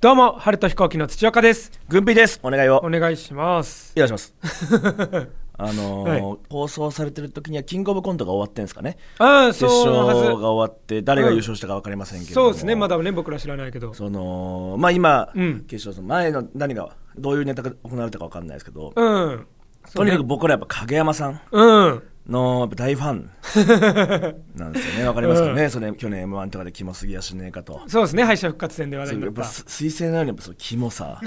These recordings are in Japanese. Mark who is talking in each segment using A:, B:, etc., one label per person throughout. A: どうも、春と飛行機の土岡です。
B: 軍備ですお願いを
A: お願いします。
B: いたします あのー
A: は
B: 放送されてる時にはキングオブコントが終わってんですかね
A: うん、
B: 決
A: そう
B: 勝
A: の
B: が
A: は
B: 終わって誰が優勝したか分かりませんけ
A: ず。
B: れども、
A: そうですね、まだね、僕ら知らないけど。
B: そのまあ今、
A: うん
B: 決勝その前の何がどういうネタが行われたか分かんないですけど、
A: うん。
B: とにかく僕らやっぱ影山さん
A: うん。
B: のやっぱ大ファンなんです よね分かりますよね、それ去年 m 1とかでキモすぎやしねえかと
A: そうですね、敗者復活戦で話題に
B: や
A: な
B: っ
A: っ
B: ぱ
A: た。
B: す彗星のようにやっぱそのキモさ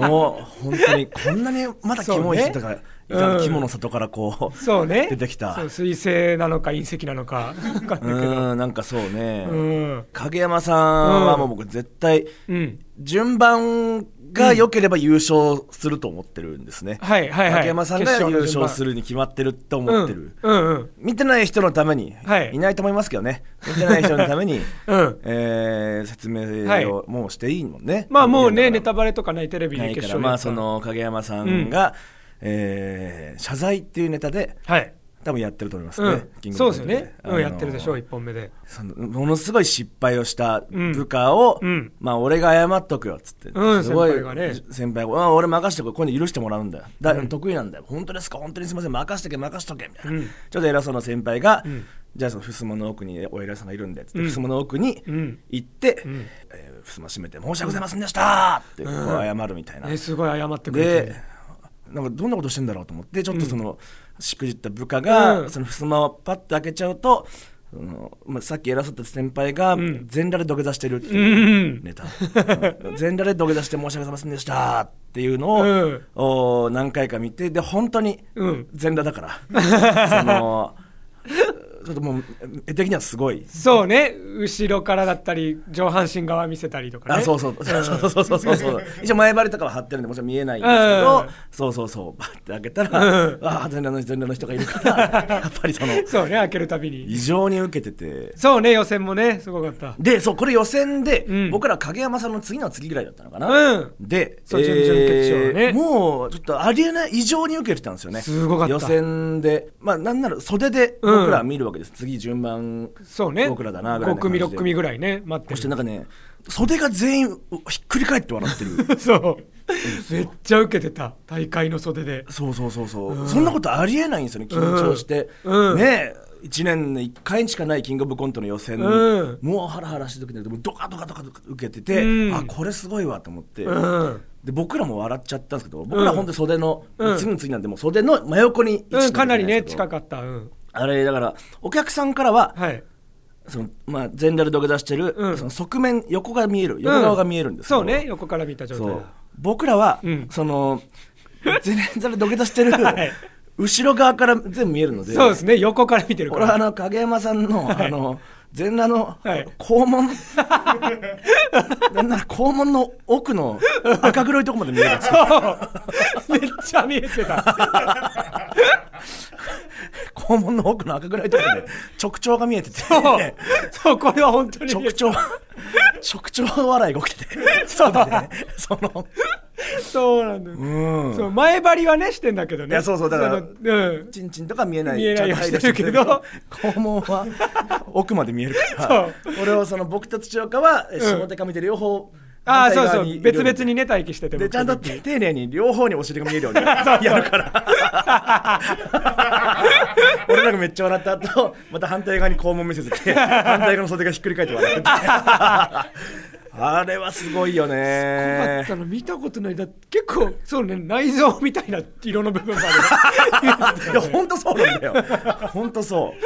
B: の本当にこんなにまだキモい人と
A: そ
B: か、
A: うねうん
B: キモの里からこう
A: そうね。
B: 出てきた
A: そう、彗星なのか隕石なの か。わかん
B: う
A: ないけど
B: ーんなんかそうね、
A: うん。
B: 影山さん
A: う
B: は
A: ん
B: もう僕絶対
A: うん。
B: 順番が良ければ優勝すると思ってるんですね、
A: はいはいはい。
B: 影山さんが
A: 決勝
B: 優
A: の順
B: 勝
A: 番
B: するに決まってるって思ってる、
A: うんうん
B: 見てない人のために、
A: はい
B: い、ないと思いますけどね見てない人のために、
A: うん。うん。
B: えー説
A: はい
B: 明をもうしていいもんね、
A: まあもうね、
B: だ
A: ネ
B: か
A: タバレとかないテレビ
B: らな
A: で
B: い
A: 決
B: から
A: 勝
B: ま
A: や
B: あ
A: った
B: そ、の影山さんが、えー謝罪っていうネタで
A: はい。
B: 多分やってると思います
A: う
B: ね
A: ん、。
B: キング
A: そ
B: オ
A: う
B: ブ
A: ですよね。う
B: コントであの
A: ん、
B: ー
A: やってるでしょ、一本目で。
B: そのものすごい失敗をした部下を、
A: うん
B: まあ、俺が謝っとくよっつって、
A: うん
B: すごい
A: 先輩がね
B: 先輩があ俺任しとく今度許してもらうんだよだ、得意なんだよ本当ですか本当にすみません任しとけ任しとけみたいな、
A: うん
B: ちょっと偉そうな先輩が、
A: ん
B: じゃあその襖の奥にお偉いさんがいるんでっつって、
A: うん
B: 襖の奥に
A: うん
B: 行って、
A: ん
B: えー襖閉めて申し訳ございませんでしたってこう謝るみたいな、
A: ね、すごい謝ってくれて
B: で
A: ね。
B: なんかどんなことしてんだろうと思ってちょっとその、しくじった部下が、
A: うん
B: その襖をパッと開けちゃうとその、まあ、さっき偉そうだった先輩が
A: ん
B: 全裸で土下座してるって
A: う。
B: いうんネタうん全裸で土下座して申し訳ございませんでしたっていうのを、
A: うん
B: お何回か見てで本当に
A: うん
B: 全裸 だから、そのちょっともう絵的にはすごい
A: そうね、後ろからだったり、上半身側見せたりとかね。
B: あそうそうそうそうそうそう そう一応前張りとかは貼ってるんでもちろん見えないんですけ
A: う
B: ど
A: ん
B: そうそうそうバッて開けたら
A: うん
B: ああ全裸の人全裸の人がいるからやっぱり その
A: そうね、開けるたびに。
B: 異常に受けてて
A: そうね、予選もね、すごかった。
B: でそうこれ予選で
A: うん
B: 僕ら影山さんの次の次ぐらいだったのかな
A: うん。
B: で
A: そう準々決勝ね
B: えーもうちょっとありえない異常に受けてたんですよね
A: すごかった
B: 予選でまあなんなら袖で僕ら見るわけです次順番
A: そうね。
B: 僕らだなぐらい
A: 5
B: な感
A: 組、
B: じで
A: 6組ぐらいね、待って
B: そして
A: る。
B: なんかね袖が全員ひっくり返って笑って る
A: そう。めっちゃ受けてた、大会の袖で。
B: そうそうそうそう、そんなことありえないんですよね緊張して、
A: うん
B: ねえ1年に1回しかないキングオブコントの予選、
A: うん
B: もうハラハラしてる時にもうドカドカドカドカ受けてて、
A: うん
B: あこれすごいわと思って、
A: うん。
B: で僕らも笑っちゃったんですけど僕ら本当に袖の、
A: うん
B: 次の次なんでもう袖の真横に位置しなきゃ
A: う
B: い
A: ん、
B: け
A: かなり
B: いん
A: ね、
B: ですけど
A: 近かった。うん。
B: あれだからお客さんからは、
A: はい。
B: そのまあ、全裸で土下座してる、
A: うん
B: その側面横が見える横側が見えるんですけど、
A: そうね、横から見た状態
B: そ
A: だ
B: う僕らは、
A: うん
B: その全然土下座してる、
A: はい
B: 後ろ側から全部見えるので
A: そうですね、横から見てるか
B: 俺はあ
A: ら。
B: の影山さんの,、あの全裸の、
A: はい
B: 肛門 なんなら肛門の奥の赤黒いとこまで見えるんですよ
A: そう。めっちゃ見えてた。
B: 肛門の奥の赤黒いとこまで直腸が見えてて
A: そう。そう、これは本当に見え
B: 直
A: てた。
B: 腸直腸笑いが起きててそうだねその
A: そうなんだよ。
B: うん
A: そう前張りはねしてんだけどね
B: いやそうそうだから
A: そのうん
B: チンチンとか見えない
A: 見えないようにしてるけど
B: ちゃんと配慮してるけど肛門は奥まで見えるから俺はその僕と土岡はえ下手か見て両方
A: ああ
B: 反
A: そう
B: 対
A: そ
B: 側に
A: う
B: いる
A: 別々にね待機してて
B: でちゃんと
A: 僕た
B: 丁寧に両方にお尻が見 えるようにやるから俺なんかめっちゃ笑った後また反対側に肛門見せてて反対側の袖がひっくり返って笑 っててあれはすごいよ
A: ちよか
B: ね
A: ったの見たことないだって結構そうね内臓みたいな色の部分まで
B: いや本当そうなんだよ本当そう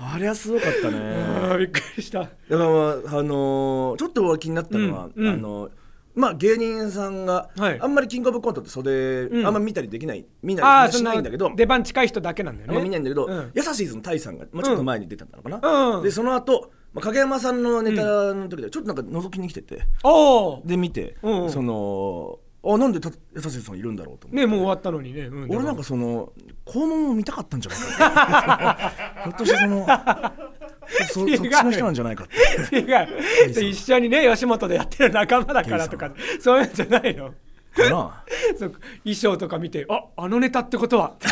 B: あれはすごかったね
A: あーびっくりした
B: だから、まああのーちょっと俺気になったのは、
A: うんうん
B: あのーまあ、芸人さんが、
A: はい
B: あんまりキングオブコントって袖、
A: ん
B: あんま見たりできない見
A: あ
B: な
A: あ
B: いしないんだけど
A: 出番近い人だけなんだよ
B: あん
A: ね
B: ま見ないんだけど、
A: うん
B: 優しいそのタイさんが、まあ、ちょっと前に出たのかな、
A: うん
B: でその後、まあ影山さんのネタの時でちょっとなんか覗きに来てて、
A: おお
B: で見て、
A: うんうん
B: そのあなんでた優しいさんいるんだろうと思って、
A: ねもう終わったのにね、う
B: 俺な
A: か
B: んかその肛門を見たかったんじゃない かってひょっとしてそのそそそっちの人なんじゃないかって
A: 違うそう一緒にね吉本でやってる仲間だからとかそういうんじゃないの
B: かな
A: そう衣装とか見てああのネタって ことは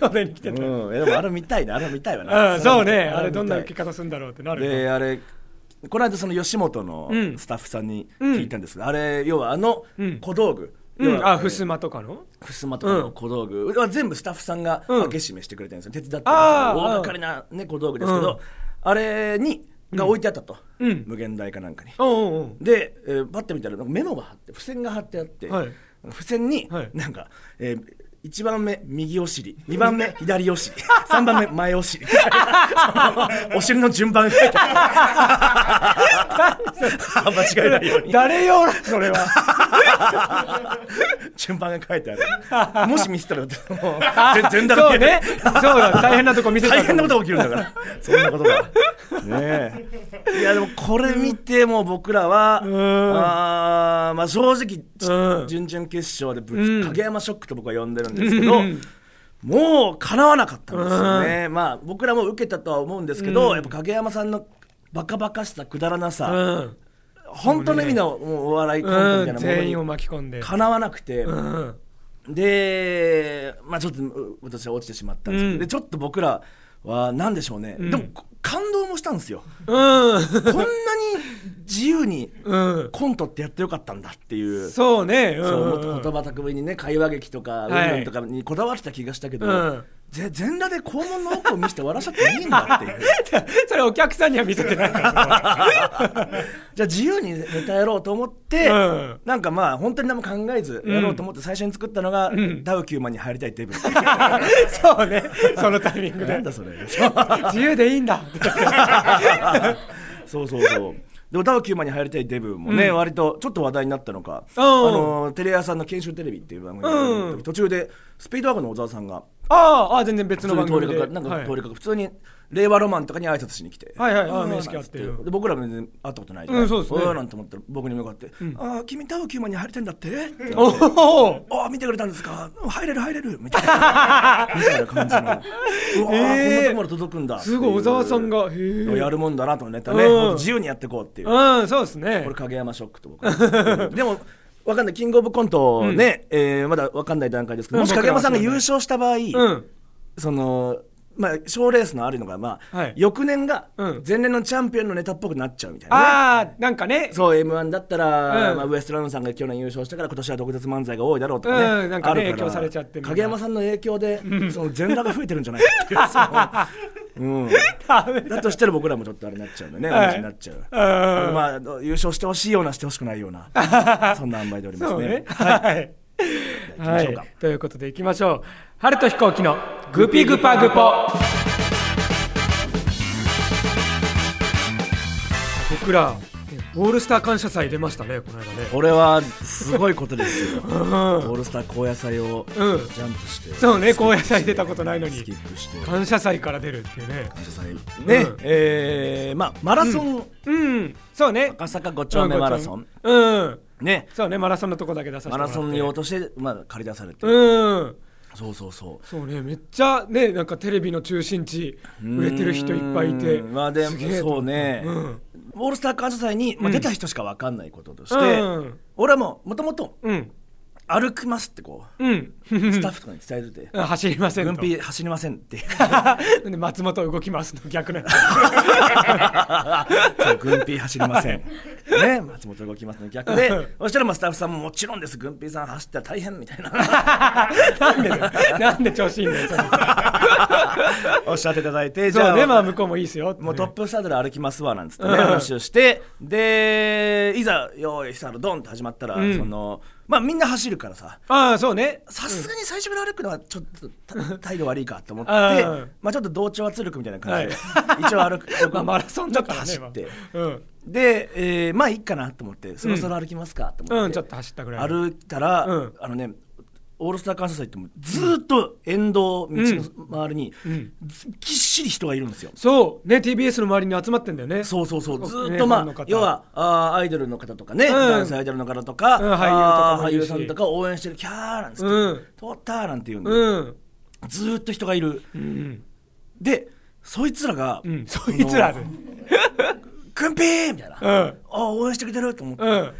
A: そうね来てた
B: うん、えでもあれ見たいね、あれ見たいわ
A: う
B: な。
A: ん、そうね、
B: れ見たい
A: あれどんな受け方するんだろうってなるよ。
B: で、あれ、この間その吉本の
A: うん
B: スタッフさんに聞いたんですが、あれ要はあの
A: うん
B: 小道具、
A: う
B: 要
A: ん、
B: は
A: あ、ふすまとかの
B: ふすまとかの小道具は全部スタッフさんが
A: うん
B: 開け閉めしてくれてるんですよ手伝ってるんですよ
A: あ
B: 大
A: ー
B: 掛かりな、ね、小道具ですけ
A: うん
B: ど、あれにが置いてあったと、
A: うん
B: 無限大かなんかに。
A: うんうんうん。
B: で、えーパッて見たらなんかメモが貼って付箋が貼ってあって、
A: はい
B: 付箋に
A: はい
B: なんか、えー1番目右お尻2番目左お尻3番目 前お尻 そのお尻の順番が書いてあ る 間違えないように
A: 誰よ、それは。
B: 順番が書いてあるもし見せたらもう 全 全だ
A: そう
B: らけ
A: ね。そうだ、 大変なとこ見せた。
B: 大変なこととが起きるんだから そんなことがねえいやでもこれ見ても僕らは、
A: ん
B: あーまあ正直、
A: うん
B: 準々決勝でぶ
A: うん
B: つ影山ショックと僕は呼んでるんですけど、
A: うん
B: もうかなわなかったんですよね、まあ僕らも受けたとは思うんですけど、やっぱ影山さんのバカバカしさくだらな
A: う
B: さ、
A: ん。
B: 本当の意味のもうお笑いコントみた
A: う
B: い
A: ん、
B: な
A: 全員
B: も
A: を
B: のに
A: 巻き込んで。
B: かなわなくて、
A: うん。
B: で、まあ、ちょっとう私は落ちてしまったんですけど、
A: うん
B: でちょっと僕らは何でしょうね、
A: うん
B: でもこ感動もしたんですよ
A: うん。
B: こんなに自由に
A: うん。
B: コントってやってよかったんだっていう。
A: そうね。うん
B: そうもっと言葉巧みにね会話劇とか
A: はい
B: 運動とかにこだわってた気がしたけど、
A: うん
B: ぜ全裸で肛門の奥を見せて笑わしちゃっていいんだっていう
A: それお客さんには見せてないから。
B: じゃあ自由にネタやろうと思って、
A: うん
B: なんかまあ本当に何も考えずやろうと思って最初に作ったのが、ダウキューマンに入りたいデブっていう
A: そうね。そのタイミング
B: な
A: で
B: ん。だそ れ
A: 自由でいいんだ。
B: そうそうそう。 でもダウキューマンに入りたいデブもね、
A: うん
B: 割とちょっと話題になったのか、
A: うん
B: あのテレ朝の「研修テレビ」っていう番組の
A: うん
B: 途中でスピードワゴンの小沢さんが
A: ああ、ああ全然別
B: 普
A: の
B: 通
A: 番
B: に通
A: 組
B: り
A: で。
B: かかなんか
A: はい
B: 通りかか普通に令和ロマンとかに挨拶しに来て、
A: はいはいあ
B: うん
A: 面識あって
B: なんつで僕らも全然会ったことないじゃん、
A: うんそうですね
B: なんて思ったら僕に向かって「ああ君ダウキューマンに入りたいんだって」って
A: おお。
B: ああ見てくれたんですか入れる入れるみたい なみたいな感じのうわー、
A: えー
B: こんなとこまで届くんだってい
A: す
B: う
A: ごい小沢さんが。へえ
B: やるもんだなとネタね、
A: うん
B: ほんと自由にやっていこうっていう
A: うん、そうですね
B: これ。影山ショックと 僕うんでもわかんないキングオブコントね、えーまだわかんない段階ですけど、
A: うん
B: もし影山さんが優勝した場合、
A: うん。
B: そのまあ賞レースのあるのがまあ、
A: はい
B: 翌年が
A: うん
B: 前年のチャンピオンのネタっぽくなっちゃうみたいな、ね
A: ああ、なんかね。
B: そう m 1だったら、
A: うん
B: まあ、ウエストランドさんが去年優勝したから今年は毒舌漫才が多いだろうとかね,、
A: うんなんかね
B: あるら
A: 影響されちゃってみんな
B: 影山さんの影響で、その全裸が増えてるんじゃないかっ ていうそのうん
A: ダメだ。
B: だとしたら僕らもちょっとあれになっちゃうんだよね、
A: はい
B: 同じになっちゃう、
A: うん
B: まあど優勝してほしいよ うなしてほしくないようなそんな塩梅でおります
A: そう
B: ね
A: ね。はい。は
B: 行きましょうか
A: い。ということでいきましょう。春と飛行機のグピグパグポ。僕ら、ねオールスター感謝祭出ましたね、この間ね。
B: これはすごいことですよ オ
A: ん
B: ールスター高野菜をジ
A: う
B: ャ
A: ん
B: ンプして、
A: そうね、高野菜出たことないの
B: ス
A: に
B: キ。ップして感
A: 感謝祭から出るっていうね。
B: 謝祭ね、
A: うん
B: えーまあマラソン、
A: うん、そうね。
B: 赤坂5丁目マラソン、
A: うん。
B: ね
A: そうね、マラソンのとこだけ出させてもら
B: マ
A: っ
B: ラ
A: て。
B: ソン用として、まあ、借り出されて、
A: うん。
B: そうそうそう
A: そうね、めっちゃね、なんかテレビの中心地、売れてる人いっぱいいて。
B: うんまあです
A: げえと
B: そうね、
A: うん
B: オールスター感謝祭に、ま
A: う
B: あ、
A: ん
B: 出た人しか分かんないこととして、
A: うん
B: 俺はもうもともと
A: うん。
B: 歩きますってこ
A: うん。
B: うスタッフとかに伝えてて
A: うん走りま
B: 「
A: せん
B: 軍
A: と。
B: ピー走りません」って
A: なん で松本動きますの逆なんだ。
B: 「そう軍ピー走りません」ね松本動きますの逆でそしたらまあスタッフさんも「もちろんです軍ピーさん走ったら大変」みたい な
A: なんでだよなんで調子いいんだよ。その
B: おっしゃっていただいてじ
A: そ
B: ゃ
A: うね、ま
B: あ
A: あ向こうもいいですよってね。
B: もうトップスタートで歩きますわなんつってね
A: うん
B: 話をしてでいざ用意スタートドンって始まったら
A: うん
B: そのまあみんな走るからさ
A: ああ、そうね。
B: さすがに最初から歩くのはちょっとた態度悪いかと思って
A: うん
B: まあちょっと同調圧力みたいな感じで一応歩く
A: まあマラソンだからね。
B: ちょっと走って。
A: まあうん。
B: で、えーまあいいかなと思ってそろそろ歩きますかと思って、
A: うん、ちょっと走ったぐらい。
B: 歩いたら、
A: うん
B: あのねオールスター感謝祭ってもうずーっと沿道道の周りに、
A: ん
B: ずぎっしり人がいるんですよ、
A: そう、ね、TBS の周りに集まってんだよね。
B: そうそうそうずーっ
A: ね
B: とま
A: ファンの
B: あ
A: 方
B: 要はあーアイドルの方とかね、
A: うん
B: 男性アイドルの方とか、
A: うん俳優とか
B: あー
A: も
B: 俳
A: いる
B: 優
A: し
B: さんとかを応援してるキャーなんつって、
A: うん
B: 通ったーなんていうんで、
A: うん。
B: ずーっと人がいる、
A: うん。
B: でそいつらが「
A: うん。そいつらで。
B: くんぴー!」みたいな、
A: う
B: あ
A: ん。
B: ー応援してくれてると思って、
A: うん。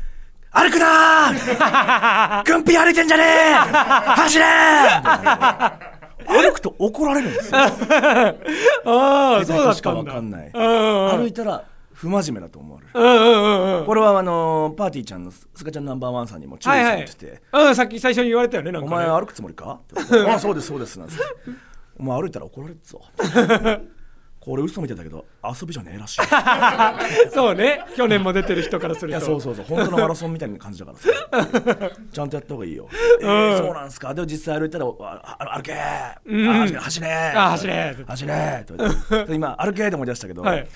B: 歩くなーみた いな軍備歩いてんじゃねえ走れー歩くと怒られるんですよ
A: ああ、
B: 出た
A: そうだ
B: 人
A: っ
B: しか
A: たん
B: 分
A: だ。
B: かんない
A: うんうんうん。
B: 歩いたら不真面目だと思われる
A: うんうんうんうん
B: これはあのーパーティーちゃんのすすかちゃんナンバーワンさんにも注意されてて、
A: はいはい、うんさっき最初に言われたよねなん
B: お
A: か、ね、
B: 前歩くつもりか?」って言われて ああそうですそうです」なんつって「お前歩いたら怒られるぞ」これ嘘みたいだけど遊びじゃねえらしいい
A: そうね去年も出てる人からする
B: や
A: と
B: そうそうそう本当のマラソンみたいな感じだからさ ちゃんとやった方がいいよ、えーそうなんすかでも実際歩いたらああ「歩けー、あ走れ走れー
A: あ走れー
B: 走れーって言わ れて今「歩け」って思い出したけど、
A: はい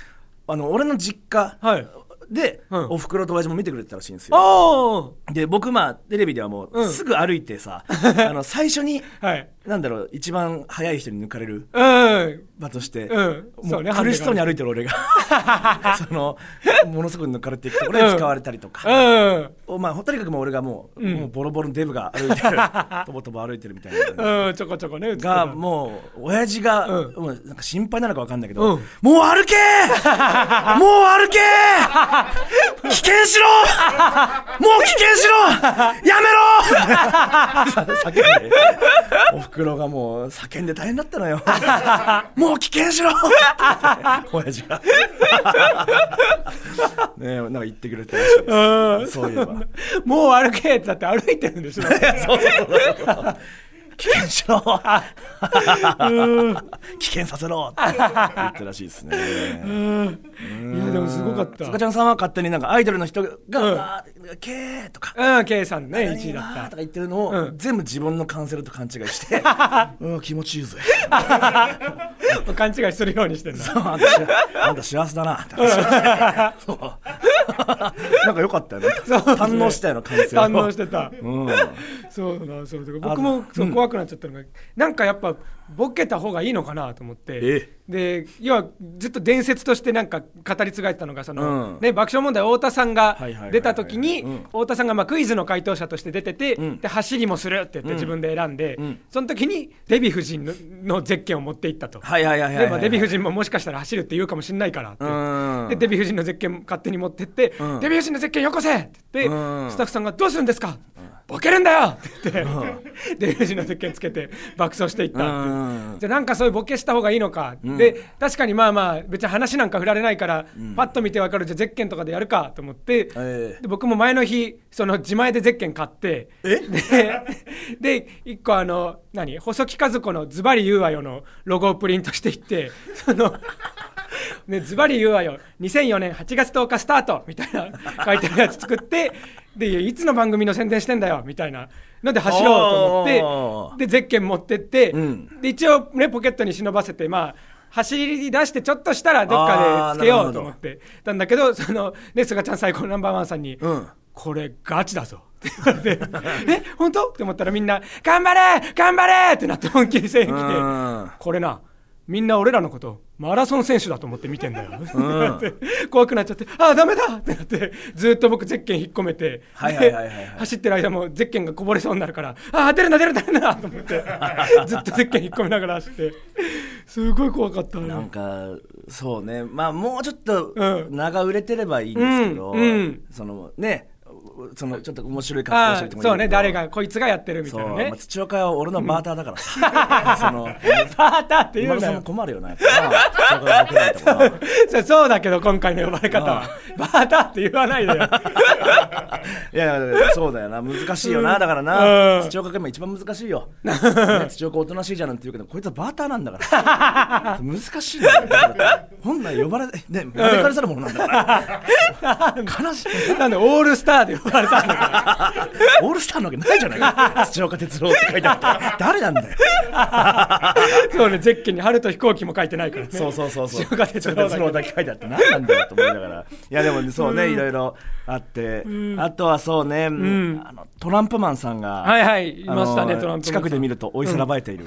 B: あの俺の実家
A: はい
B: で、
A: うん
B: おふくろと親父も見てくれてたらしいんですよ
A: あ
B: で僕まあテレビではもう、
A: うん
B: すぐ歩い てさあの最初に
A: あはい
B: なんだろう一番早い人に抜かれる
A: うん
B: 場として、
A: うん
B: も
A: そううね
B: 苦しそうに歩いてる俺が そのものすごく抜かれていくところで使われたりと
A: う
B: か、
A: ん
B: おまあ、とにかくもう俺がもう,、もうボロボロのデブが歩いて るとぼとぼ歩いてるみたいな。
A: うんちょこちょこね映ってた
B: がもう親父が、
A: うん
B: もうなんか心配なのか分かんないけど、
A: うん
B: もう歩 けーもう歩けー危険 しろもう危険しろや めろ叫んでおふくろがもう叫んで大変だっ たのよもう危険しろって言って親父が ねえなんか言ってくれてましたね
A: うん
B: そういえば
A: もう歩けってだって歩いてるん でしょ
B: そうそうそうそう危険しろ危険させろって言ったらしいですね。
A: いやでもすごかっ
B: ス
A: た
B: カちゃんさんは勝手になんかアイドルの人
A: うん
B: が「うん、けー」とか
A: うん K さん
B: 「
A: ね1位
B: 何
A: だ
B: わ
A: っ
B: ーとか
A: た
B: 言ってるのを、
A: うん
B: 全部自分のカンセルと勘違 いして「うん気持ちいいぜ」
A: 勘違いするようにしてんだ
B: あんたしあんた幸せだな」そうなんか良かったよね堪能したような感性
A: 堪能してた
B: うん、
A: そうだなそうだ僕もそう怖くなっちゃったのが、なんかやっぱボケた方がいいのかなと思って
B: え
A: で要はずっと伝説としてなんか語り継がれてたのがその、
B: うん
A: ね、爆笑問題太田さんが
B: はいはいはいはい
A: 出た時に
B: うん
A: 太田さんがまあクイズの回答者として出てて、
B: ん
A: で走りもするって言って自分で選んで、
B: ん
A: その時にデヴィ夫人ののゼッケンを持っていったと。
B: はいはいはいはい、
A: でまあデヴィ夫人ももしかしたら走るって言うかもしれないからって
B: うん
A: でデヴィ夫人のゼッケン勝手に持ってって、
B: うん
A: デヴィ夫人のゼッケンよこせって言って、
B: うん
A: スタッフさんがどうするんですか、ボケるんだよって言って、 デヴィ夫人のゼッケンつけて爆走していったっていう
B: うん
A: じゃあなんかそういうボケした方がいいのか、で確かにまあまあ別に話なんか振られないから、パッと見てわかるじゃあゼッケンとかでやるかと思って、
B: ええ
A: で僕も前の日その自前でゼッケン買って
B: え
A: でで一個あの何細木数子の「ズバリ言うわよ」のロゴをプリントしていってその。ね、ズバリ言うわよ2004年8月10日スタートみたいな書いてあるやつ作ってでいつの番組の宣伝してんだよみたいなので走ろうと思
B: お
A: っ
B: ー
A: てでゼッケン持ってって、
B: ん
A: で一応、ね、ポケットに忍ばせてまあ走り出してちょっとしたらどっかでつけようと思ってたんだけど そのねすがちゃん最高ナンバーワンさんに、
B: うん
A: これガチだぞって言われてえ本当って思ったらみんな「頑張れ頑張れ!」ってなって本気に声援
B: うん
A: 来てこれなみんな俺らのことマラソン選手だと思って見てんだよ、って怖くなっちゃって「ああダメだ!」ってなってずっと僕ゼッケン引っ込めて
B: はいはいはいはいはい
A: で走ってる間もゼッケンがこぼれそうになるから「ああ出るな出るな出るな!」と思って ずっとゼッケン引っ込めながら走ってすごい怖かった
B: なん
A: な
B: かそうねまあもうちょっと
A: うん
B: 名が売れてればいいんですけど、
A: うんうん
B: そのねそのちょっと面白い格好し
A: あ
B: て
A: ー
B: る人もいるけど
A: そうね誰がこいつがやってるみ
B: そ
A: た
B: う
A: いな
B: ま
A: ね
B: あ、土岡は俺のバーターだからさ その
A: バーターって言
B: 今
A: うな
B: 田さんも
A: よ
B: 困るよなやっぱな土岡が僕らとか な
A: そうそうだけど今回の呼ばれ方はバーターって言わないでよ
B: いやいやそうだよな難しいよなだからな、
A: うん
B: 土岡が今一番難し いよ、ね、土岡おとなしいじゃんなんて言うけどこいつはバーターなんだから 難しいんだよだって本来呼ばれね招かれざるものなん だから、悲しい
A: なんでオールスターで呼ばれたんだか
B: オールスターなわけないじゃない か土岡哲郎って書いてあって誰なんだよ
A: らそうねゼッケンに春と飛行機も書いてないからね
B: そうそうそうそう
A: 土岡哲郎だけ
B: 土岡だけ書いてあって何なんだよと思いながらいやでもそうねいろいろあってあとはそうね
A: ん
B: あのトランプマンさんが
A: はいはいい
B: あの
A: ましたねトランプマンさん
B: 近くで見ると追いさらばえている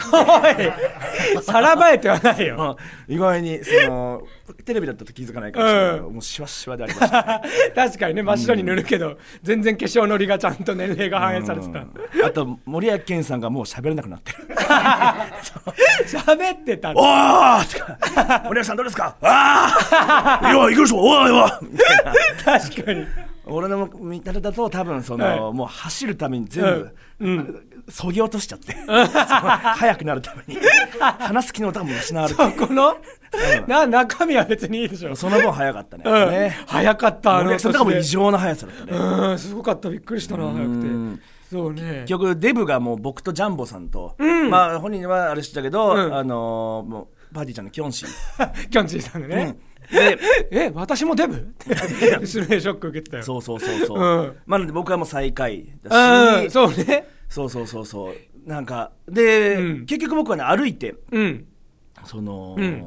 A: おいさらばえてはないよ
B: あ意外にそのテレビだったと気づかないかもしれないけど
A: う
B: もうシワシワでありま した
A: 確かにね真っ白に塗るけど、全然化粧のりがちゃんと年齢が反映されてた
B: うんあと森脇健さんがもう喋れなくなってる
A: 喋ってた
B: おーと か森脇さんどうですかああいやいくでしょおーおーみたいな
A: 確かに
B: 俺の見た目だと多分その、
A: はい
B: もう走るために全部、
A: うん
B: そぎ落としち ゃってその速くなるために話す機能多分失わ れて
A: そこのな中身は別にいいでしょ、
B: その分速かったね,、
A: うん
B: ね
A: 早かったあ
B: 森
A: の
B: 脇さんとかも異常な速さだったね
A: うんすごかったびっくりしたな早く
B: ん
A: てそうね
B: 結局デブがもう僕とジャンボさんと、まあ本人はあれ知ったけど、
A: うん
B: あのーもうパーティーちゃんのキョンシー、
A: キョンチーさんで
B: う
A: ね
B: ん、で
A: え私もデブって失礼ショック受けてたよ
B: そうそうそうそう、
A: うん
B: まあなので僕はもう最下位だし、
A: うんそうね
B: そうそうそうそうなんかで、
A: うん
B: 結局僕はね歩いて
A: うん
B: その、
A: うん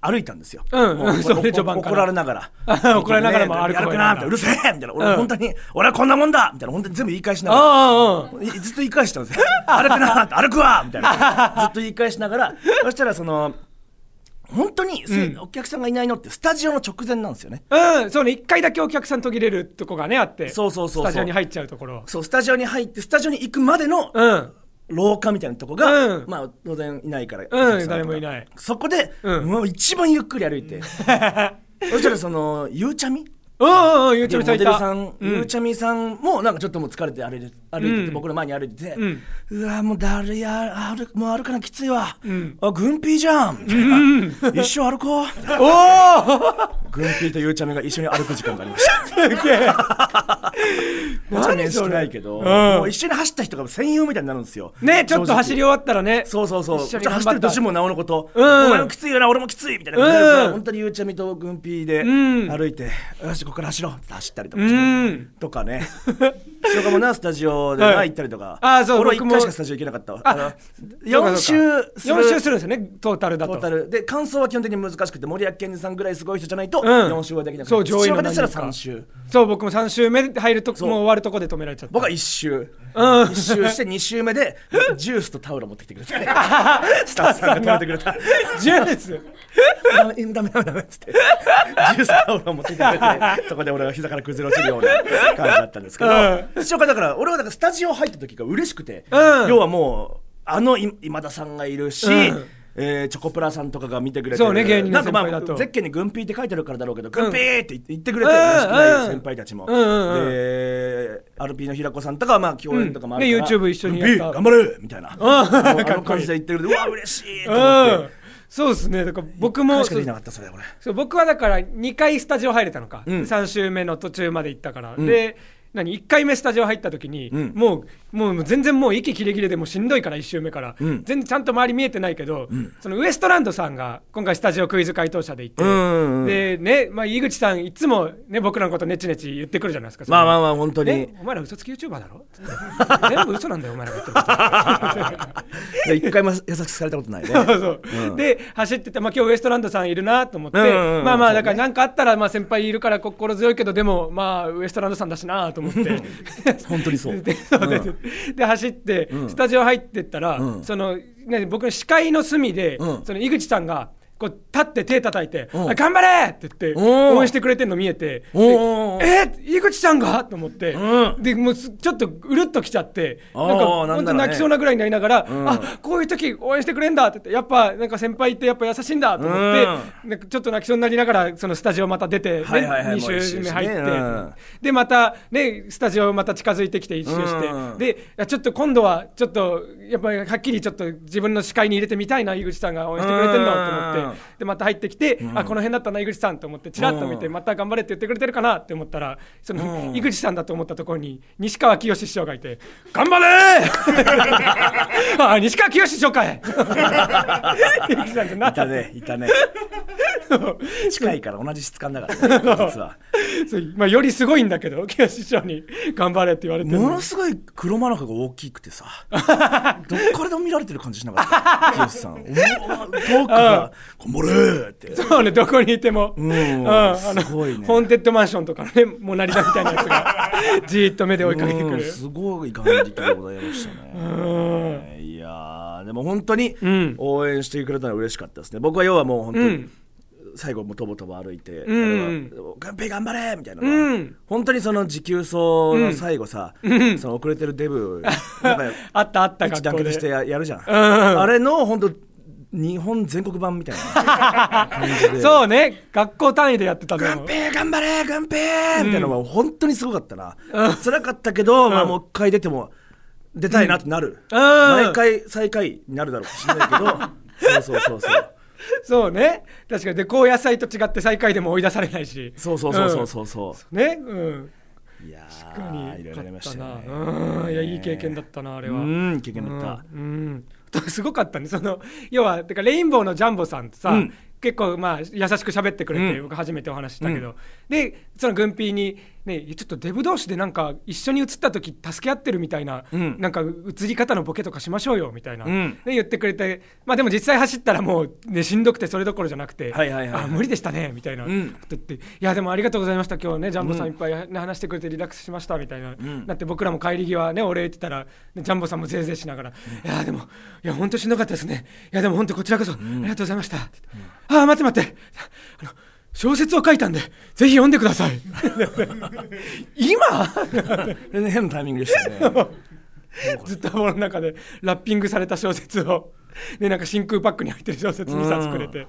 B: 歩いたんですよ、
A: うん
B: も
A: うんそれ
B: お
A: 序盤から
B: 怒られなが
A: あ
B: ら
A: 怒られながらも歩く
B: ね歩くなみたいなうるせえみたいな俺
A: うん
B: 本当に、俺はこんなもんだみたいな本当に全部言い返しながら
A: ああ
B: いずっと言い返してたん ですよ歩くな歩くわみたいなずっと言い返しながらそしたらその本当にせ、
A: うん
B: お客さんがいないのってスタジオの直前なんですよね
A: うんうんそうね一回だけお客さん途切れるとこがねあって
B: そうそうそうそ
A: スタ
B: う
A: ジオに入っちゃうところ
B: そうスタジオに入ってスタジオに行くまでの
A: うん
B: 廊下みたいなとこが、
A: うん
B: まあ当然いないから、お客さとか
A: 誰もいない
B: そこで、
A: うん
B: もう一番ゆっくり歩い てそしたらそのゆうちゃみ
A: うんうんうんゆうち
B: で
A: ゃ
B: モ
A: みさん
B: デ
A: い
B: ル
A: た
B: さん、
A: うん
B: ゆうちゃみさんもなんかちょっともう疲れて歩いて歩いてて、
A: うん
B: 僕の前に歩いてて、
A: うん
B: うわもうだるいや歩くもう歩かなきついわ、
A: ん
B: あ軍ピーじゃんみたいな、一緒歩こ
A: お
B: う
A: お
B: 軍ピーとゆうちゃみが一緒に歩く時間がありました
A: すげえ
B: もちろん面識ないけど、
A: うん
B: もう一緒に走った人が戦友みたいになるんですよ
A: ねちょっと走り
B: り
A: 終わったらね
B: そうそうそう
A: 一
B: ち
A: 緒
B: ょっ
A: に
B: と
A: 頑張った
B: 走ってる年もなおのこと、
A: うん
B: お前もきついよな俺もきついみたいな感じで、
A: うん
B: 本当にゆうちゃみと軍ピーで
A: ん
B: 歩いて、よしここから走ろうって走ったりとか
A: う
B: して、
A: ん
B: と かね。とかもな、スタジオで
A: はい
B: な、行ったりとか。
A: あーそう
B: 俺は
A: 僕
B: 1
A: も
B: 回しかスタジオ行けなかったわ。あの
A: そうか
B: 4周する。
A: 4周するんですよねトータルだ
B: ト
A: と
B: ータル。で、感想は基本的に難しくて、森脇健児さんぐらいすごい人じゃないと、
A: ん
B: 4周はできなくて。
A: そう上位の
B: 土方ですら
A: 何人か
B: 3周。
A: そう僕も3周目で入ると
B: う
A: もう終わるとこで止められちゃった
B: 僕は1周。
A: うん
B: 1周して2周目で、ジュースとタオルを持ってきてく れた。スタッフさんが食べてくれた。
A: ジュース
B: ダメダメダメダメっつってジュースタオルを持ってきてくれてそこで俺が膝から崩れ落ちるような感じだったんですけど、
A: う
B: 父親がだから俺はだからスタジオ入った時が嬉しくて、
A: うん
B: 要はもうあのい今田さんがいるし、
A: うん
B: えーチョコプラさんとかが見てくれてる
A: そうね芸人の
B: なんかま
A: 先輩だと
B: あゼッケンに「軍ピー」って書いてあるからだろうけど「軍ピー」って言ってくれ
A: う
B: て
A: ん
B: る嬉しくない先輩たちも、
A: うんうんうん
B: で RP の平子さんとかはまあ共演とかもあるから、
A: うんね YouTube 一緒にや
B: 軍
A: っ
B: ピ
A: た
B: ー頑張れみたいな、もうあ
A: かっこい
B: の
A: い
B: 感じで言ってくれてうわ嬉しいと
A: う
B: 思って。
A: んそうですねだから僕も
B: 一回しか
A: そ
B: できな
A: う
B: かったそれ俺
A: そう僕はだから2回スタジオ入れたのか、
B: うん
A: 3周目の途中まで行ったから、で何1回目スタジオ入った時に、
B: ん
A: もうもう全然もう息切れ切れでもうしんどいから1周目から、
B: ん
A: 全然ちゃんと周り見えてないけど、そのウエストランドさんが今回スタジオクイズ回答者で行って、
B: うんうん
A: でね、まあ、井口さんいつも、ね、僕らのことネチネチ言ってくるじゃないですか
B: まあまあまあ本当に、
A: ね、お前ら嘘つき YouTuber だろ つって全部嘘なんだよお前らが言ってること
B: いや一回も優しくされたことないね
A: そうそうで走ってて、まあ、今日ウエストランドさんいるなと思って、
B: うんうんうん
A: まあまあ
B: そうね
A: だから何かあったら、まあ、先輩いるから心強いけどでもまあウエストランドさんだしなと思って
B: 本当にそ う
A: でそうでで走って、スタジオ入ってったら、
B: うん
A: そのね、僕の視界の隅で、
B: うん
A: その井口さんがこう立って手叩いて「
B: うん
A: あ頑張れ!」って言って
B: おー
A: 応援してくれてるの見えて「で
B: おーおー
A: えー井口さんが?」と思って、
B: う
A: でもうすちょっとうるっときちゃって
B: おー
A: なんか
B: な
A: 本当
B: んだろうね
A: 泣きそうなぐらいになりながら「
B: ん
A: あこういう時応援してくれんだ」って言って「やっぱなんか先輩ってやっぱ優しいんだ」と思って、なんかちょっと泣きそうになりながらそのスタジオまた出て、ね
B: はいはいは
A: 2
B: いもう一周
A: 周目入って、
B: してねうん
A: でまたねスタジオまた近づいてきて一周して、
B: うん
A: であちょっと今度はちょっとやっぱりはっきりちょっと自分の視界に入れてみたいな井口さんが応援してくれてるのと思
B: う
A: っ
B: ん
A: てでまた入ってきて、あこの辺だったな井口さんと思ってちらっと見て、
B: うん
A: また頑張れって言ってくれてるかなって思ったらその、
B: うん
A: 井口さんだと思ったところに西川きよし師匠がいて「頑張れー! あ」西川きよし師匠かい 井口さんってなっ
B: い
A: た
B: たねいたね近いから同じ質感だから、ね、実は
A: そうまあ、よりすごいんだけどきよし師匠に「頑張れ」って言われてるの
B: も
A: に
B: のすごい黒魔のが大きくてさどっからでも見られてる感じしなかった清 さんうわ遠くから「頑張れ!」って
A: そうね、どこにいても。
B: ん
A: あの
B: すごいね
A: ホーンテッドマンションとかのね、モナリザみたいなやつ が、じーっと目で追いかけてく
B: うん
A: る。
B: すごい眼力でございました ね。いやーでも本当に
A: ん
B: 応援してくれたのは嬉しかったですね。僕は要はもう本当に、
A: うん
B: 最後もとぼとぼ歩いて「
A: ん
B: ガンペ頑張れ!」みたいな、
A: うん
B: 本当にその持久走の最後さ、その 遅れてるデブなんか
A: あったあった
B: 一
A: 学
B: 致団
A: 校
B: 結して
A: で。
B: ややるじゃん、
A: ん
B: あれの本当日本全国版みたいな感じで
A: そうね学校単位でやってたの
B: 軍兵頑張れ軍兵みたいなのは本当にすごかったな、辛かったけど、まあ、もう一回出ても出たいなってなる、
A: うん
B: 毎回最下位になるだろうかもしれないけどそうそうそうそう
A: そうね確かにで高野菜と違って最下位でも追い出されないし
B: そうそうそうそうそうそ
A: う
B: う、
A: んねうん
B: いやー
A: 確かに
B: いろいろありました
A: よ
B: ね
A: かったなうんいやいい経験だったなあれは
B: うんいい経験だった、
A: うんうん とすごかったねその要はてかレインボーのジャンボさんとさ、
B: うん
A: 結構まあ優しく喋ってくれて、
B: うん
A: 僕初めてお話ししたけど、でその軍ピーに、ね「ちょっとデブ同士でなんか一緒に映った時助け合ってるみたいな、
B: うん
A: なんか映り方のボケとかしましょうよ」みたいな、
B: うん
A: で言ってくれて、まあ、でも実際走ったらもう、ね、しんどくてそれどころじゃなくて「
B: はいはいはいはい
A: あ無理でしたね」みたいな、
B: うん
A: こと言って「いやでもありがとうございました今日ねジャンボさん
B: う
A: い
B: ん
A: っぱい、ね話してくれてリラックスしました」みたいな、
B: ん
A: なって僕らも帰り際ねお礼言ってたらねジャンボさんもぜいぜいしながら「いやーでもいや本当しんどかったですねいやでも本当こちらこそありがとうございました」って言ってああ待って待ってあの小説を書いたんでぜひ読んでくださ い」今
B: 全然変なタイミングでしたね
A: ずっと頭の中でラッピングされた小説をでなんか真空パックに入ってる小説2冊くれて。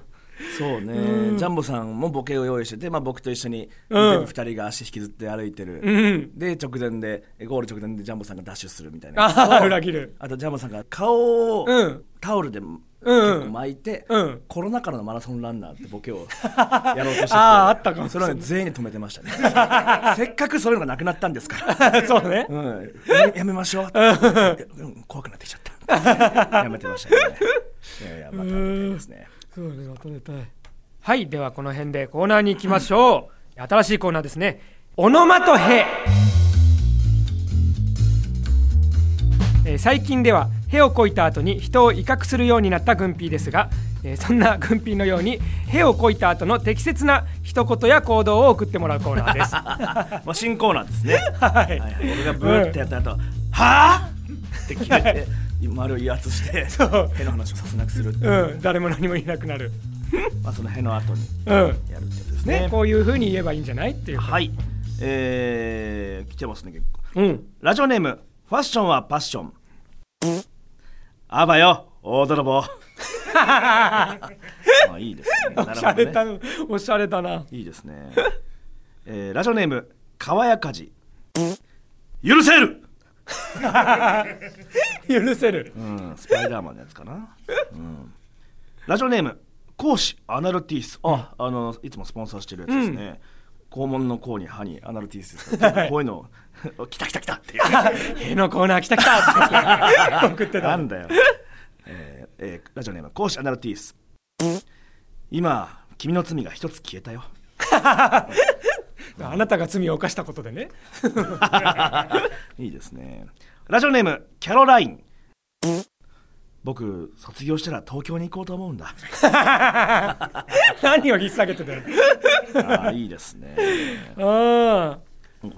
B: そうね、ジャンボさんもボケを用意してて、まあ、僕と一緒に
A: うん
B: 2人が足引きずって歩いてる、
A: うん
B: で直前でゴール直前でジャンボさんがダッシュするみたいな
A: ああ裏切る
B: あとジャンボさんが顔を
A: うん
B: タオルで結構巻いて、
A: うん
B: コロナ禍のマラソンランナーってボケをやろうとしてて
A: あーあったかもし
B: そ
A: れ
B: れ
A: ない
B: は、ね、全員に止めてました ねせっかくそういうのがなくなったんですから、
A: そうね
B: うん、ややめましょう、うん、怖くなってきちゃったやめてましたねいやいやまたみたいですね
A: そうねまた出たいはいではこの辺でコーナーに行きましょう、新しいコーナーですねオノマトヘえー最近では屁をこいた後に人を威嚇するようになった軍ピーですが、えーそんな軍ピーのように屁をこいた後の適切な一言や行動を送ってもらうコーナーです。は
B: まあ、新コーナ ーですね。
A: い
B: はいはい、俺がブーってやった後、はあって切 れて、丸い威圧して、
A: う
B: への話をさせなくするっ ていうう、
A: ん、誰も何もいなくなる、
B: まあ、そのへの後に
A: うん
B: やるってやつです
A: ね
B: ね。
A: こういうふうに言えばいいんじゃないっていう、
B: はい、えー、来てますね、結構。
A: うん、
B: ラジオネーム、ファッションはパッション。あばよ、大 泥棒。まあ、いいですね。な
A: お
B: る
A: し
B: ほ
A: ゃれ
B: ど
A: だ
B: ね。
A: おしゃれだない
B: いですね。えー、ラジオネーム、かわやかじ。許せる
A: 許せる
B: うん、スパイダーマンのやつかな。うん、ラジオネーム、講師アナルティース。あ、あの、いつもスポンサーしてるやつですね。肛門の項に歯にアナルティース ですから、こういうのを、来た来た来たっていう。
A: へのコーナー来た来た 送って
B: な
A: た
B: んだよ。えーえーラジオネーム、講師アナルティース。今、君の罪が一つ消えたよ。
A: あなたが罪を犯したことでね
B: いいですね。ラジオネーム、キャロライン。僕、卒業したら東京に行こうと思うんだ。
A: 何を引っ提げてたの
B: あーいいですね。こ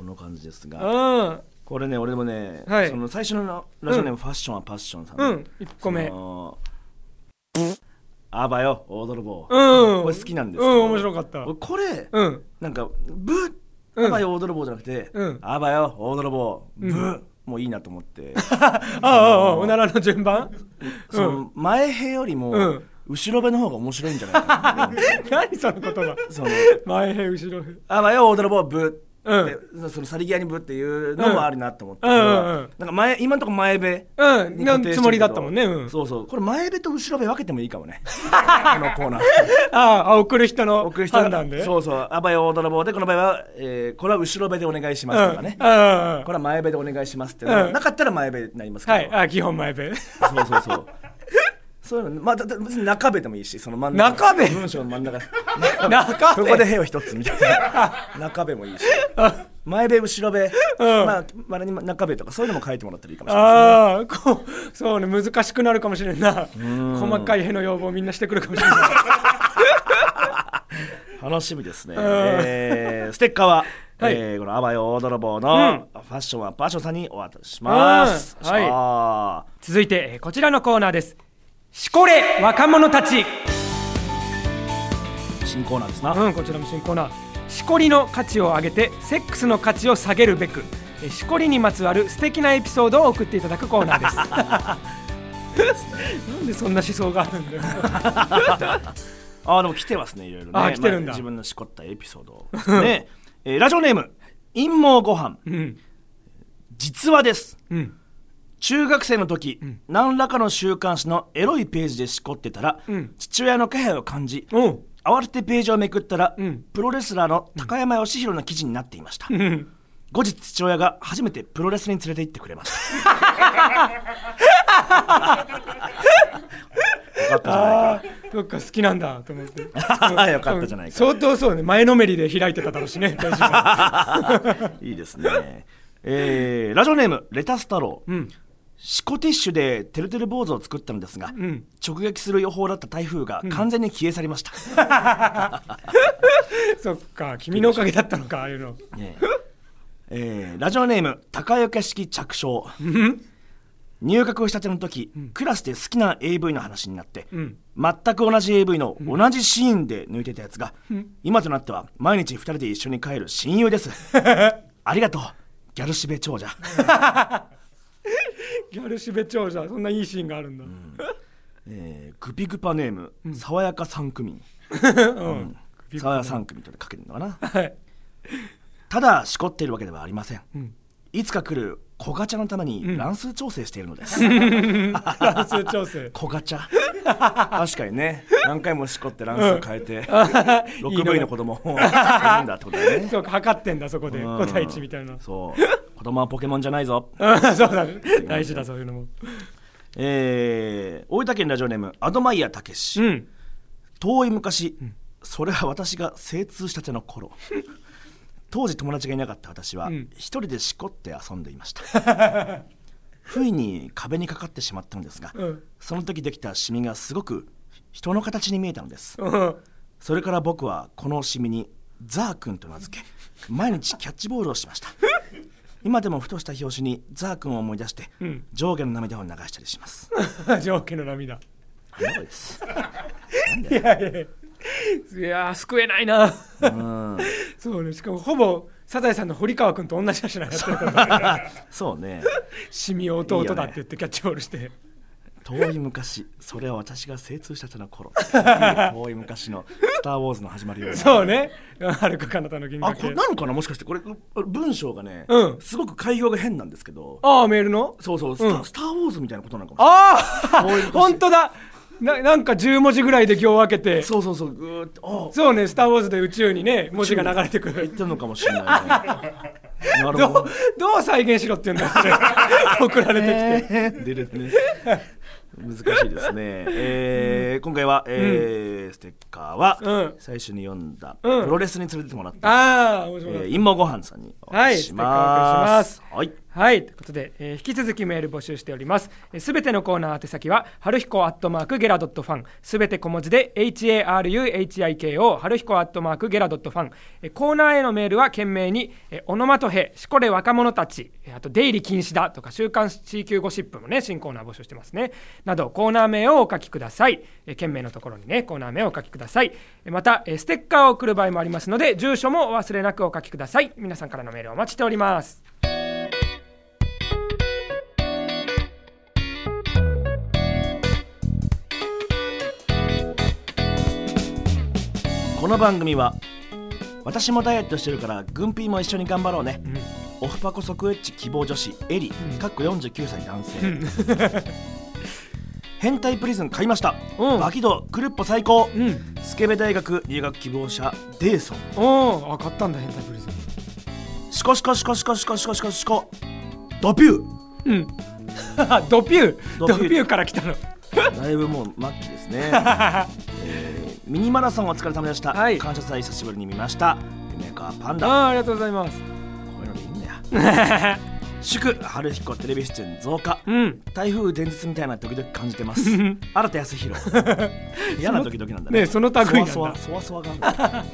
B: の感じですが。
A: うんうん
B: これね俺もね、
A: はい
B: その最初のラジオネーム、ファッションはパッションさん
A: う
B: の、
A: ん1個目
B: そのあばよ大泥棒、
A: うん
B: これ好きなんです
A: うん面白かった
B: 俺これ、
A: うん
B: なんかブッ
A: うん
B: あばよ大泥棒じゃなくて、
A: うん
B: あばよ大泥棒ブッ、
A: うん
B: もういいなと 思って
A: ああああおならの順番
B: その前へよりも、
A: うん
B: 後ろべの方が面白いんじゃないかな
A: 何その言葉
B: その
A: 前へ後ろへ
B: あばよ大泥棒ブ
A: うん
B: ッって、そのさりげにブッっていうのもあるなと思って、
A: うんうんうん
B: なんか前今のとこ前べ
A: うん
B: に固定してるけど
A: のつもりだったもんねうん
B: そうそうこれ前べと後ろべ分けてもいいか もねこのコーナー
A: ああ送る人の
B: 送る人が
A: 判断で
B: そううそうあばよ大泥棒でこの場合は、えーこれは後ろべでお願いしますとかね、
A: んうんうん
B: これは前べでお願いしますって、
A: うん
B: なかったら前べになりますけど、
A: はいあ基本前べ
B: そうそうそうそういうのまあだだ別に中べでもいいしその真ん中
A: 中べ
B: 文章の真ん中
A: 中
B: こ
A: 部
B: こで「へ」を一つみたいな 中べもいいし前べ後ろべ、まあまに中べとかそういうのも書いてもらったらいいかもしれない
A: ああこうそうね難しくなるかもしれんな細かいへの要望みんなしてくるかもしれない
B: 楽しみですね、えーステッカーは、
A: はい
B: えーこの「あばよ大泥棒」
A: うん
B: のファッションはパッションさんにお渡しします、
A: うんはい
B: は
A: 続いてえーこちらのコーナーですしこれ若者たち
B: い新コーナーですな、
A: うんこちらも新コーナーしこりの価値を上げてセックスの価値を下げるべくえーしこりにまつわる素敵なエピソードを送っていただくコーナーです なんでそんな思想があるんだよ
B: あーでも来てますねいろいろね
A: あー来てるんだ
B: まあ自分のしこったエピソードですね、えーラジオネーム陰謀ご飯
A: うん
B: 実話です
A: うん
B: 中学生の時、
A: ん
B: 何らかの週刊誌のエロいページでしこってたら、
A: うん
B: 父親の気配を感じ
A: おう
B: 慌ててページをめくったら、
A: うん
B: プロレスラーの高山義弘の記事になっていました、
A: うん
B: 後日父親が初めてプロレスに連れて行ってくれま したよかったじゃな
A: あ
B: いか
A: ーそっか好きなんだと思 って
B: あよかったじゃないか
A: 相当そうね前のめりで開いてただろうしねページも
B: いいですね、えーラジオネームレタス太郎、
A: うん
B: シコティッシュでてるてる坊主を作ったのですが、
A: ん
B: 直撃する予報だった台風が完全に消え去り ました、
A: そっか君のおかげだったのかああいう の
B: ねええーラジオネーム高床式着床入学したての時、クラスで好きな AV の話になって、
A: うん
B: 全く同じ AV の同じシーンで抜いてたやつが、今となっては毎日2人で一緒に帰る親友です ありがとうギャルしべ長者
A: ギャルしべ長者そんないいシーンがあるんだ、
B: えーグピグパネーム、爽やか三組
A: うん
B: 爽やか三組とかけてるのかな
A: はい
B: ただしこっているわけではありません、
A: ん
B: いつか来る小ガチャのために乱数調整しているの です、
A: 乱数調整
B: 小ガ チャ確かにね何回もしこって乱数変 えて、6部位の子供を産んだってことだよ ね
A: そうか測ってんだそこで
B: うん
A: 個対一みたいな
B: そう子供はポケモンじゃないぞ
A: うん そうだね大事だそういうのも
B: えー大分県ラジオネームアドマイヤたけし
A: うん
B: 遠い昔、それは私が精通したての 頃当時友達がいなかった私は、
A: うん
B: 一人でしこって遊んでいました 不意に壁にかかってしまったのですが、
A: うん
B: その時できたシミがすごく人の形に見えたのです
A: うん
B: それから僕はこのシミにザー君と名付け毎日キャッチボールをしました今でもふとした拍子にザー君を思い出して、
A: うん
B: 上下の涙を流したりします
A: 上下の涙
B: なんだこいつ
A: いやいやいやー救えないな
B: うん
A: そうねしかもほぼサザエさんの堀川君と同じだしなやってること
B: そうね
A: シミを弟だって言ってキャッチボールして
B: 遠い昔それは私が精通したての頃遠い昔の「スター・ウォーズ」の始まりような
A: そうねはるか彼方の銀河
B: あこ
A: 系
B: れなのかなもしかしてこれ文章がね、
A: うん
B: すごく開業が変なんですけど
A: ああメールの
B: そうそうスター、
A: うん
B: スターウォーズ」みたいなことなのかも
A: ああ
B: こういうこと
A: 本当だななんか10文字ぐらいで行を分けて
B: そうそうそうぐーっとあ
A: そうね「スター・ウォーズ」で宇宙にね文字が流れてく
B: 言っ
A: る
B: てるのかもしれない、ね、 なる
A: ど
B: ほど
A: うどう再現しろって言うんだ って 送られてきて、
B: えー出るね難しいですね、えー今回は、えーステッカーは、
A: うん
B: 最初に読んだ、
A: うん
B: プロレスに連れてってもらった
A: ああ面
B: え
A: 白かった
B: ー、陰謀ご飯さんにお
A: は
B: 願い
A: い
B: します。はい、
A: はい、ということで、えー引き続きメール募集しております。すべてのコーナー宛先は、はるひこアットマークゲラドットファン、すべて小文字で、HARUHIKO、はるひこアットマークゲラドットファン、えーコーナーへのメールは懸命に、えーオノマトヘ、しこれ若者たち、えーあと出入り禁止だとか、週刊 C 級ゴシップもね、新コーナー募集してますね、など、コーナー名をお書きください。えー件名のところにね、コーナー名をお書きください。えーまた、えーステッカーを送る場合もありますので、住所もお忘れなくお書きください。皆さんからのメールをお待ちしております。
B: この番組は私もダイエットしてるから軍ピーも一緒に頑張ろうね、オフパコ即エッチ希望女子エリ、かっこ49歳男性、変態プリズン買いました、
A: うん
B: バキドクルッポ最高、
A: うん
B: スケベ大学入学希望者デーソン
A: おおあ買ったんだ変態プリズ ン
B: シコシコシコシコシコシコシコシコドピュ
A: うんドピュー
B: ド
A: ドピ
B: ピュー
A: ューから来たの
B: ーだいぶもう末期です ね、えーミニマラソンお疲れ様でした、
A: はい
B: 感謝祭久しぶりに見ました夢かパン
A: あ
B: ダ
A: ーありがとうございます
B: こういうのでいいんだよ 祝春彦テレビ出演増加
A: うん
B: 台風前日みたいな時々感じてます 新田康弘嫌な時々なんだね
A: ねその類なんだ
B: そわそわそわそわが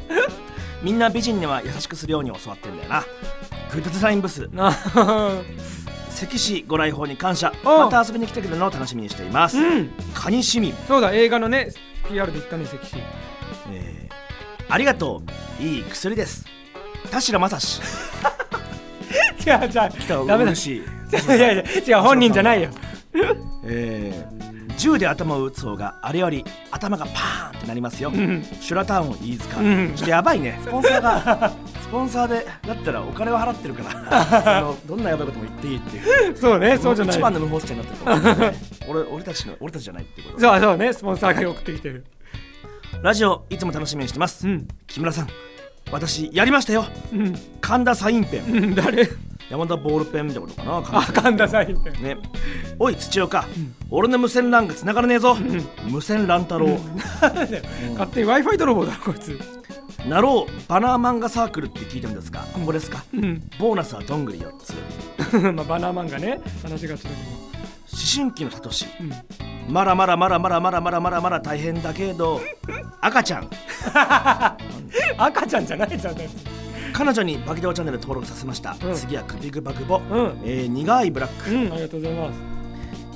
B: みんな美人には優しくするように教わってんだよなグッドデザインブス
A: な
B: 関市ご来訪に感謝
A: おう
B: また遊びに来てくれるのを楽しみにしています、
A: うん
B: カニ市民、
A: そうだ映画のね PR で行ったね関市
B: えーありがとういい薬です田代 正史
A: じゃあじゃあ
B: 北
A: ダメだ
B: し
A: いやいや違う本人じゃないよ
B: えー銃で頭を打つ方があれより頭がパーンってなりますよ、
A: ん
B: シュラタウンを飯塚、
A: うん
B: ちょっとやば いねスポンサーが スポンサーでだったらお金は払ってるから そのどんなやばいことも言っていいっていう
A: そうね そうじゃない
B: 一番の無法地帯になってるかもしれ ない俺俺たちの俺たちじゃないってこと
A: そうそうねスポンサーが送ってきてる
B: ラジオいつも楽しみにしてます、
A: うん
B: 木村さん私やりましたよ
A: うん
B: 神田サインペン、
A: うん誰
B: 山田ボールペンみたいなことかな
A: あ
B: 神田
A: 神田さんみたいな
B: ねおい土岡、俺の無線 LAN が繋がらねえぞ、無線 LAN 太郎、
A: なんだよ勝手に w i f i 泥棒だろこいつ
B: なろうバナー漫画サークルって聞いたんですがここですか、
A: うん
B: ボーナスはどんぐり4つ
A: まあバナーマンがね話がちょっ
B: 思春期のサトシ
A: とうん
B: まだまだまだまだまだまだまだまだ大変だけど赤ちゃん
A: 赤ちゃんじゃないじゃんだって
B: 彼女にバキドーチャンネル登録させました、
A: うん
B: 次はクビグバグボ、
A: ん
B: えー苦いブラック
A: うんありがとうございます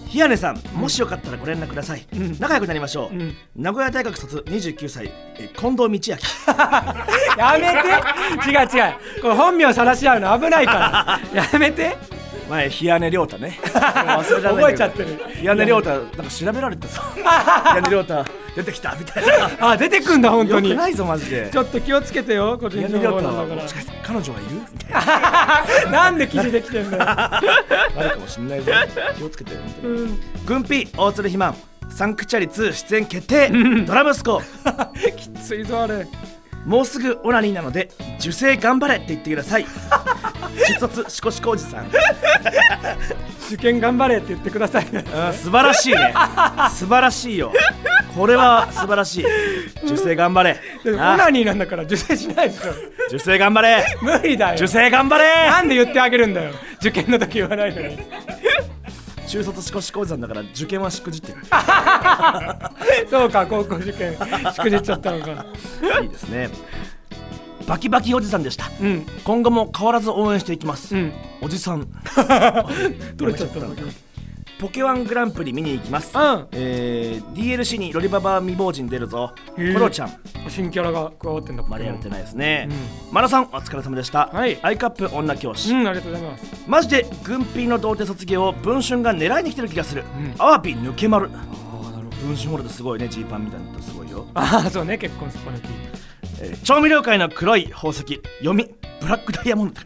B: ひやねさんもしよかったらご連絡ください、
A: うん
B: 仲良くなりましょう、
A: うん
B: 名古屋大学卒29歳、えー近藤道明
A: やめて違う違うこれ本名晒し合うの危ないから やめて
B: 前冷やね亮太ね忘れられな
A: 覚
B: い
A: えちゃってる
B: 冷やね亮太なんか調べられてさ冷やね亮太出てきたみたいな
A: あ出てくんだ本当
B: よ
A: に
B: くないぞマジで
A: ちょっと気をつけてよ個人
B: 冷や
A: 情
B: ね亮
A: 報
B: 太
A: な
B: は
A: んだ
B: もしか
A: か
B: して彼女が いるみたい
A: らなんで記事できてんだよ、
B: なあるかもしんないぞ気をつけてよ本当に
A: うん、
B: 軍ピ大鶴ひまんサンクチャリ2出演決定ドラムスコ
A: きついぞあれ
B: もうすぐオナニーなので受精頑張れって言ってください出卒しこしこおじさん
A: 受験頑張れって言ってくださいね
B: うん素晴らしいね素晴らしいよこれは素晴らしい受精頑張れ
A: でもオ
B: な
A: ナニーなんだから受精しないでし ょ
B: 受精頑張れ
A: 無理だよ
B: 受精頑張れ
A: なんで言ってあげるんだよ受験の時言わないのに
B: 中卒しこしこおじさんだから受験はしくじってる
A: そうか高校受験しくじっちゃったのか
B: いいですねバキバキおじさんでした
A: うん
B: 今後も変わらず応援していきます、
A: うん
B: おじさん
A: 取れちゃったのか
B: ポケワングランプリ見に行きます、
A: うん
B: えー、DLC にロリババ未亡人出るぞ
A: へー
B: コロちゃん
A: 新キャラが加わってんだ
B: まだやれて
A: い
B: ないですね、マラさんお疲れ様でした、
A: はい
B: アイカップ女教師、
A: うんありがとうございます
B: マジで軍ピーの童貞卒業を文春が狙いに来てる気がする、
A: ん
B: アワビ抜け丸
A: ああなるほど
B: 文春ホールドすごいねジーパンみたいなのとすごいよ
A: ああそうね結婚すっぱ抜き
B: えー調味料界の黒い宝石読みブラックダイヤモンド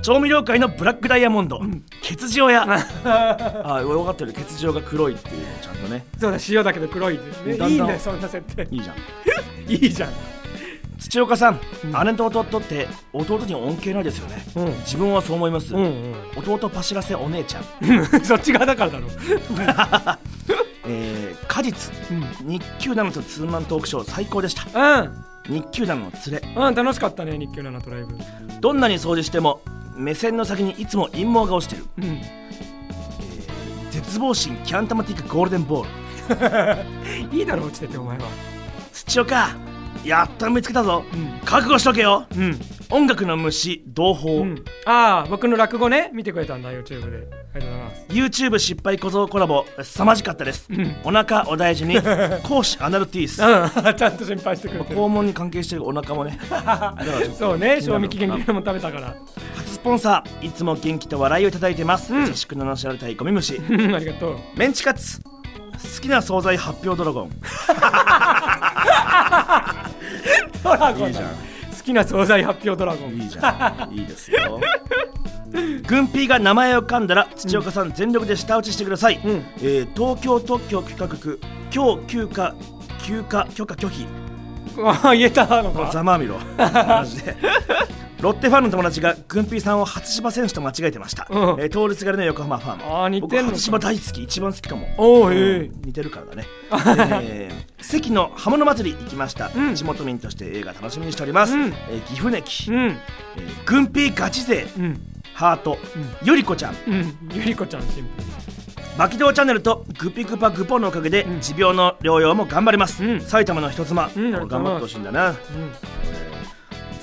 B: 調味料界のブラックダイヤモンド、血塩 やあ分かってる血塩が黒いっていうちゃんとね
A: そうだ塩だけど黒いで、ね、
B: だんだん
A: いいねそんな設定
B: いいじゃん
A: いいじゃん
B: 土岡さん、姉と弟って弟に恩恵ないですよね、
A: うん
B: 自分はそう思います、
A: ん
B: 弟パシらせお姉ちゃん、
A: うんそっち側だからだろ
B: えー果実、
A: う
B: 日給なのとツーマントークショー最高でした
A: う
B: 日給なのの連れ
A: んうん楽しかったね日給7トライブ
B: どんなに掃除しても目線の先にいつも陰謀が落ちてる
A: うん
B: 絶望心キャンタマティックゴールデンボール
A: いいだろ落ちててお前は
B: 土岡やっと見つけたぞ、
A: うん
B: 覚悟しとけよ
A: うん、
B: 音楽の虫同胞、
A: うん、ああ僕の落語ね見てくれたんだ YouTube でありがとうございます
B: YouTube 失敗小僧コラボ凄まじかったです、
A: ん
B: お腹お 大事に講師アナルティース
A: うん ちゃんと心配してくれてる
B: 肛門に関係してるお腹もねだからちょっと
A: そうね賞味期
B: 気
A: 限
B: になる
A: 切れも食べた から
B: 初スポンサーいつも元気と笑いをいただいてます、優しく名の知られたいゴミ虫
A: うんありがとう
B: メンチカツ好きな惣菜発表ドラゴン
A: ドラゴンだ
B: いいじゃん
A: 好きな惣菜発表ドラゴン
B: いいじゃんいいですよ軍ピーが名前を噛んだら土岡さん全力で舌打ちしてください、
A: うん
B: えー東京特許許可局今日休暇休暇許可拒否
A: ああ言えたのか
B: ざまあみろマジでロッテファンの友達が軍ピーさんを初芝選手と間違えてました、
A: うん
B: えー通りすがりの横浜ファン
A: あー似てんのか
B: 僕初芝大好き一番好きかも
A: おお
B: うん
A: ええ
B: 似てるからだね、えー、関の刃物祭り行きました、
A: うん
B: 地元民として映画楽しみにしております、
A: うん
B: えー岐阜neki、
A: うん
B: えー軍兵ガチ勢
A: うん
B: ハート、
A: う
B: よりこちゃん
A: うんゆりこちゃんシンプル
B: バキドーチャンネルとグピグパグポのおかげで
A: うん
B: 持病の療養も頑張ります、
A: うん
B: 埼玉の人妻、
A: うん
B: 頑張ってほしいんだな
A: うん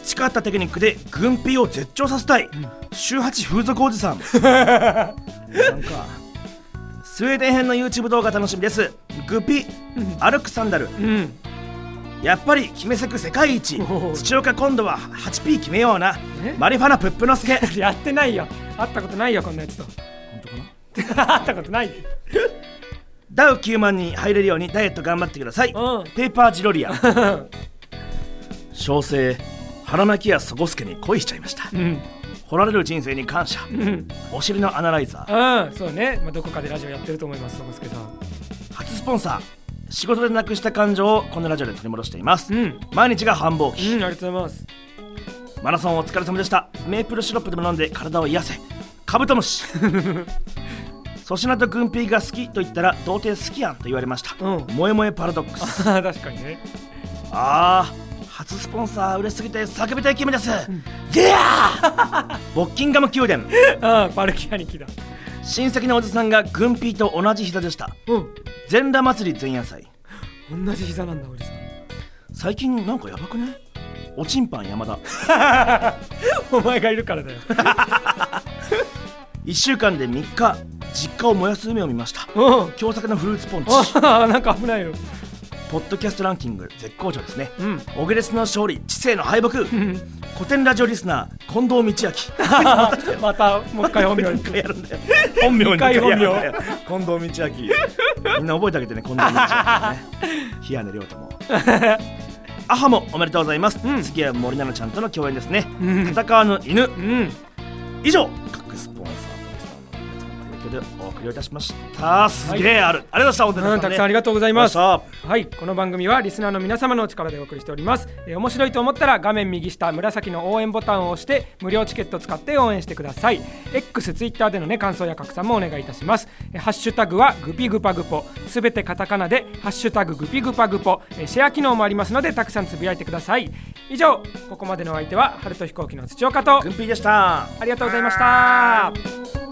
B: 培ったテクニックで軍兵を絶頂させたい、週8風俗おじさ んおじさんかスウェーデン編の YouTube 動画楽しみですグピ、歩くサンダル
A: うん
B: やっぱり決めせく世界一
A: おお
B: 土岡今度は 8P 決めような
A: え
B: マリファナプップのすけ本
A: やってないよ会ったことないよこんなやつと
B: 当かな
A: 会ったことない
B: ダウ9万人入れるようにダイエット頑張ってください、
A: うん
B: ペーパージロリア小生腹巻きやそこすけに恋しちゃいました
A: うん
B: 掘られる人生に感謝
A: うん
B: お尻のアナライザ
A: うんそうね、まあ、どこかでラジオやってると思いますそこすけさん
B: ー初スポンサー仕事でなくした感情をこのラジオで取り戻しています、
A: うんうん
B: 毎日が繁忙期、
A: ありがとうございます
B: マラソンお疲れ様でしたメープルシロップでも飲んで体を癒せカブトム シ粗品と軍兵が好きと言ったら童貞好きやんと言われました、
A: うん
B: 萌え萌えパラドックス
A: あー確かにね
B: あー初スポンサー売れすぎて叫びたい気分です、い やーボッキンガム宮殿
A: ああパルキ兄貴だ
B: 親戚のおじさんが軍兵と同じ膝でした
A: う
B: 全裸祭り前夜祭
A: ん同じ膝なんだおじさん
B: 最近なんかやばくねおちんぱん山田
A: お前がいるからだよ
B: 1週間で3日実家を燃やす夢を見ました
A: うん
B: 共作のフルーツポンチ
A: ああなんか危ないよ
B: ポッドキャストランキング絶好調ですね
A: うん
B: オゲレスの勝利知性の 敗北
A: うん
B: 古典ラジオリスナー近藤道 明
A: またもう一回本名に
B: 一回やるんだよ本名に一回やるんだよ近藤道明みんな覚えてあげてね近藤道明ね平野亮太 もアハもおめでとうございます、
A: うん
B: 次は森奈々ちゃんとの共演ですね、
A: うん
B: 戦わぬ 犬
A: うん
B: 以上各スポンサーの皆様の提供でお送りをいたしましたすげえある、ありがとうございました
A: うん、たくさんあり
B: が
A: がと
B: とう
A: うござい
B: ご
A: ます。
B: ざいま
A: はい、この番組はリスナーの皆様のお力でお送りしております。えー面白いと思ったら画面右下紫の応援ボタンを押して無料チケットを使って応援してください。X、Twitter でのね感想や拡散もお願いいたします。えーハッシュタグはグピグパグポ、すべてカタカナでハッシュタググピグパグポ、えーシェア機能もありますのでたくさんつぶやいてください。以上、ここまでのお相手は春と飛行機の土岡と
B: 軍ピーでした
A: ありがとうございました。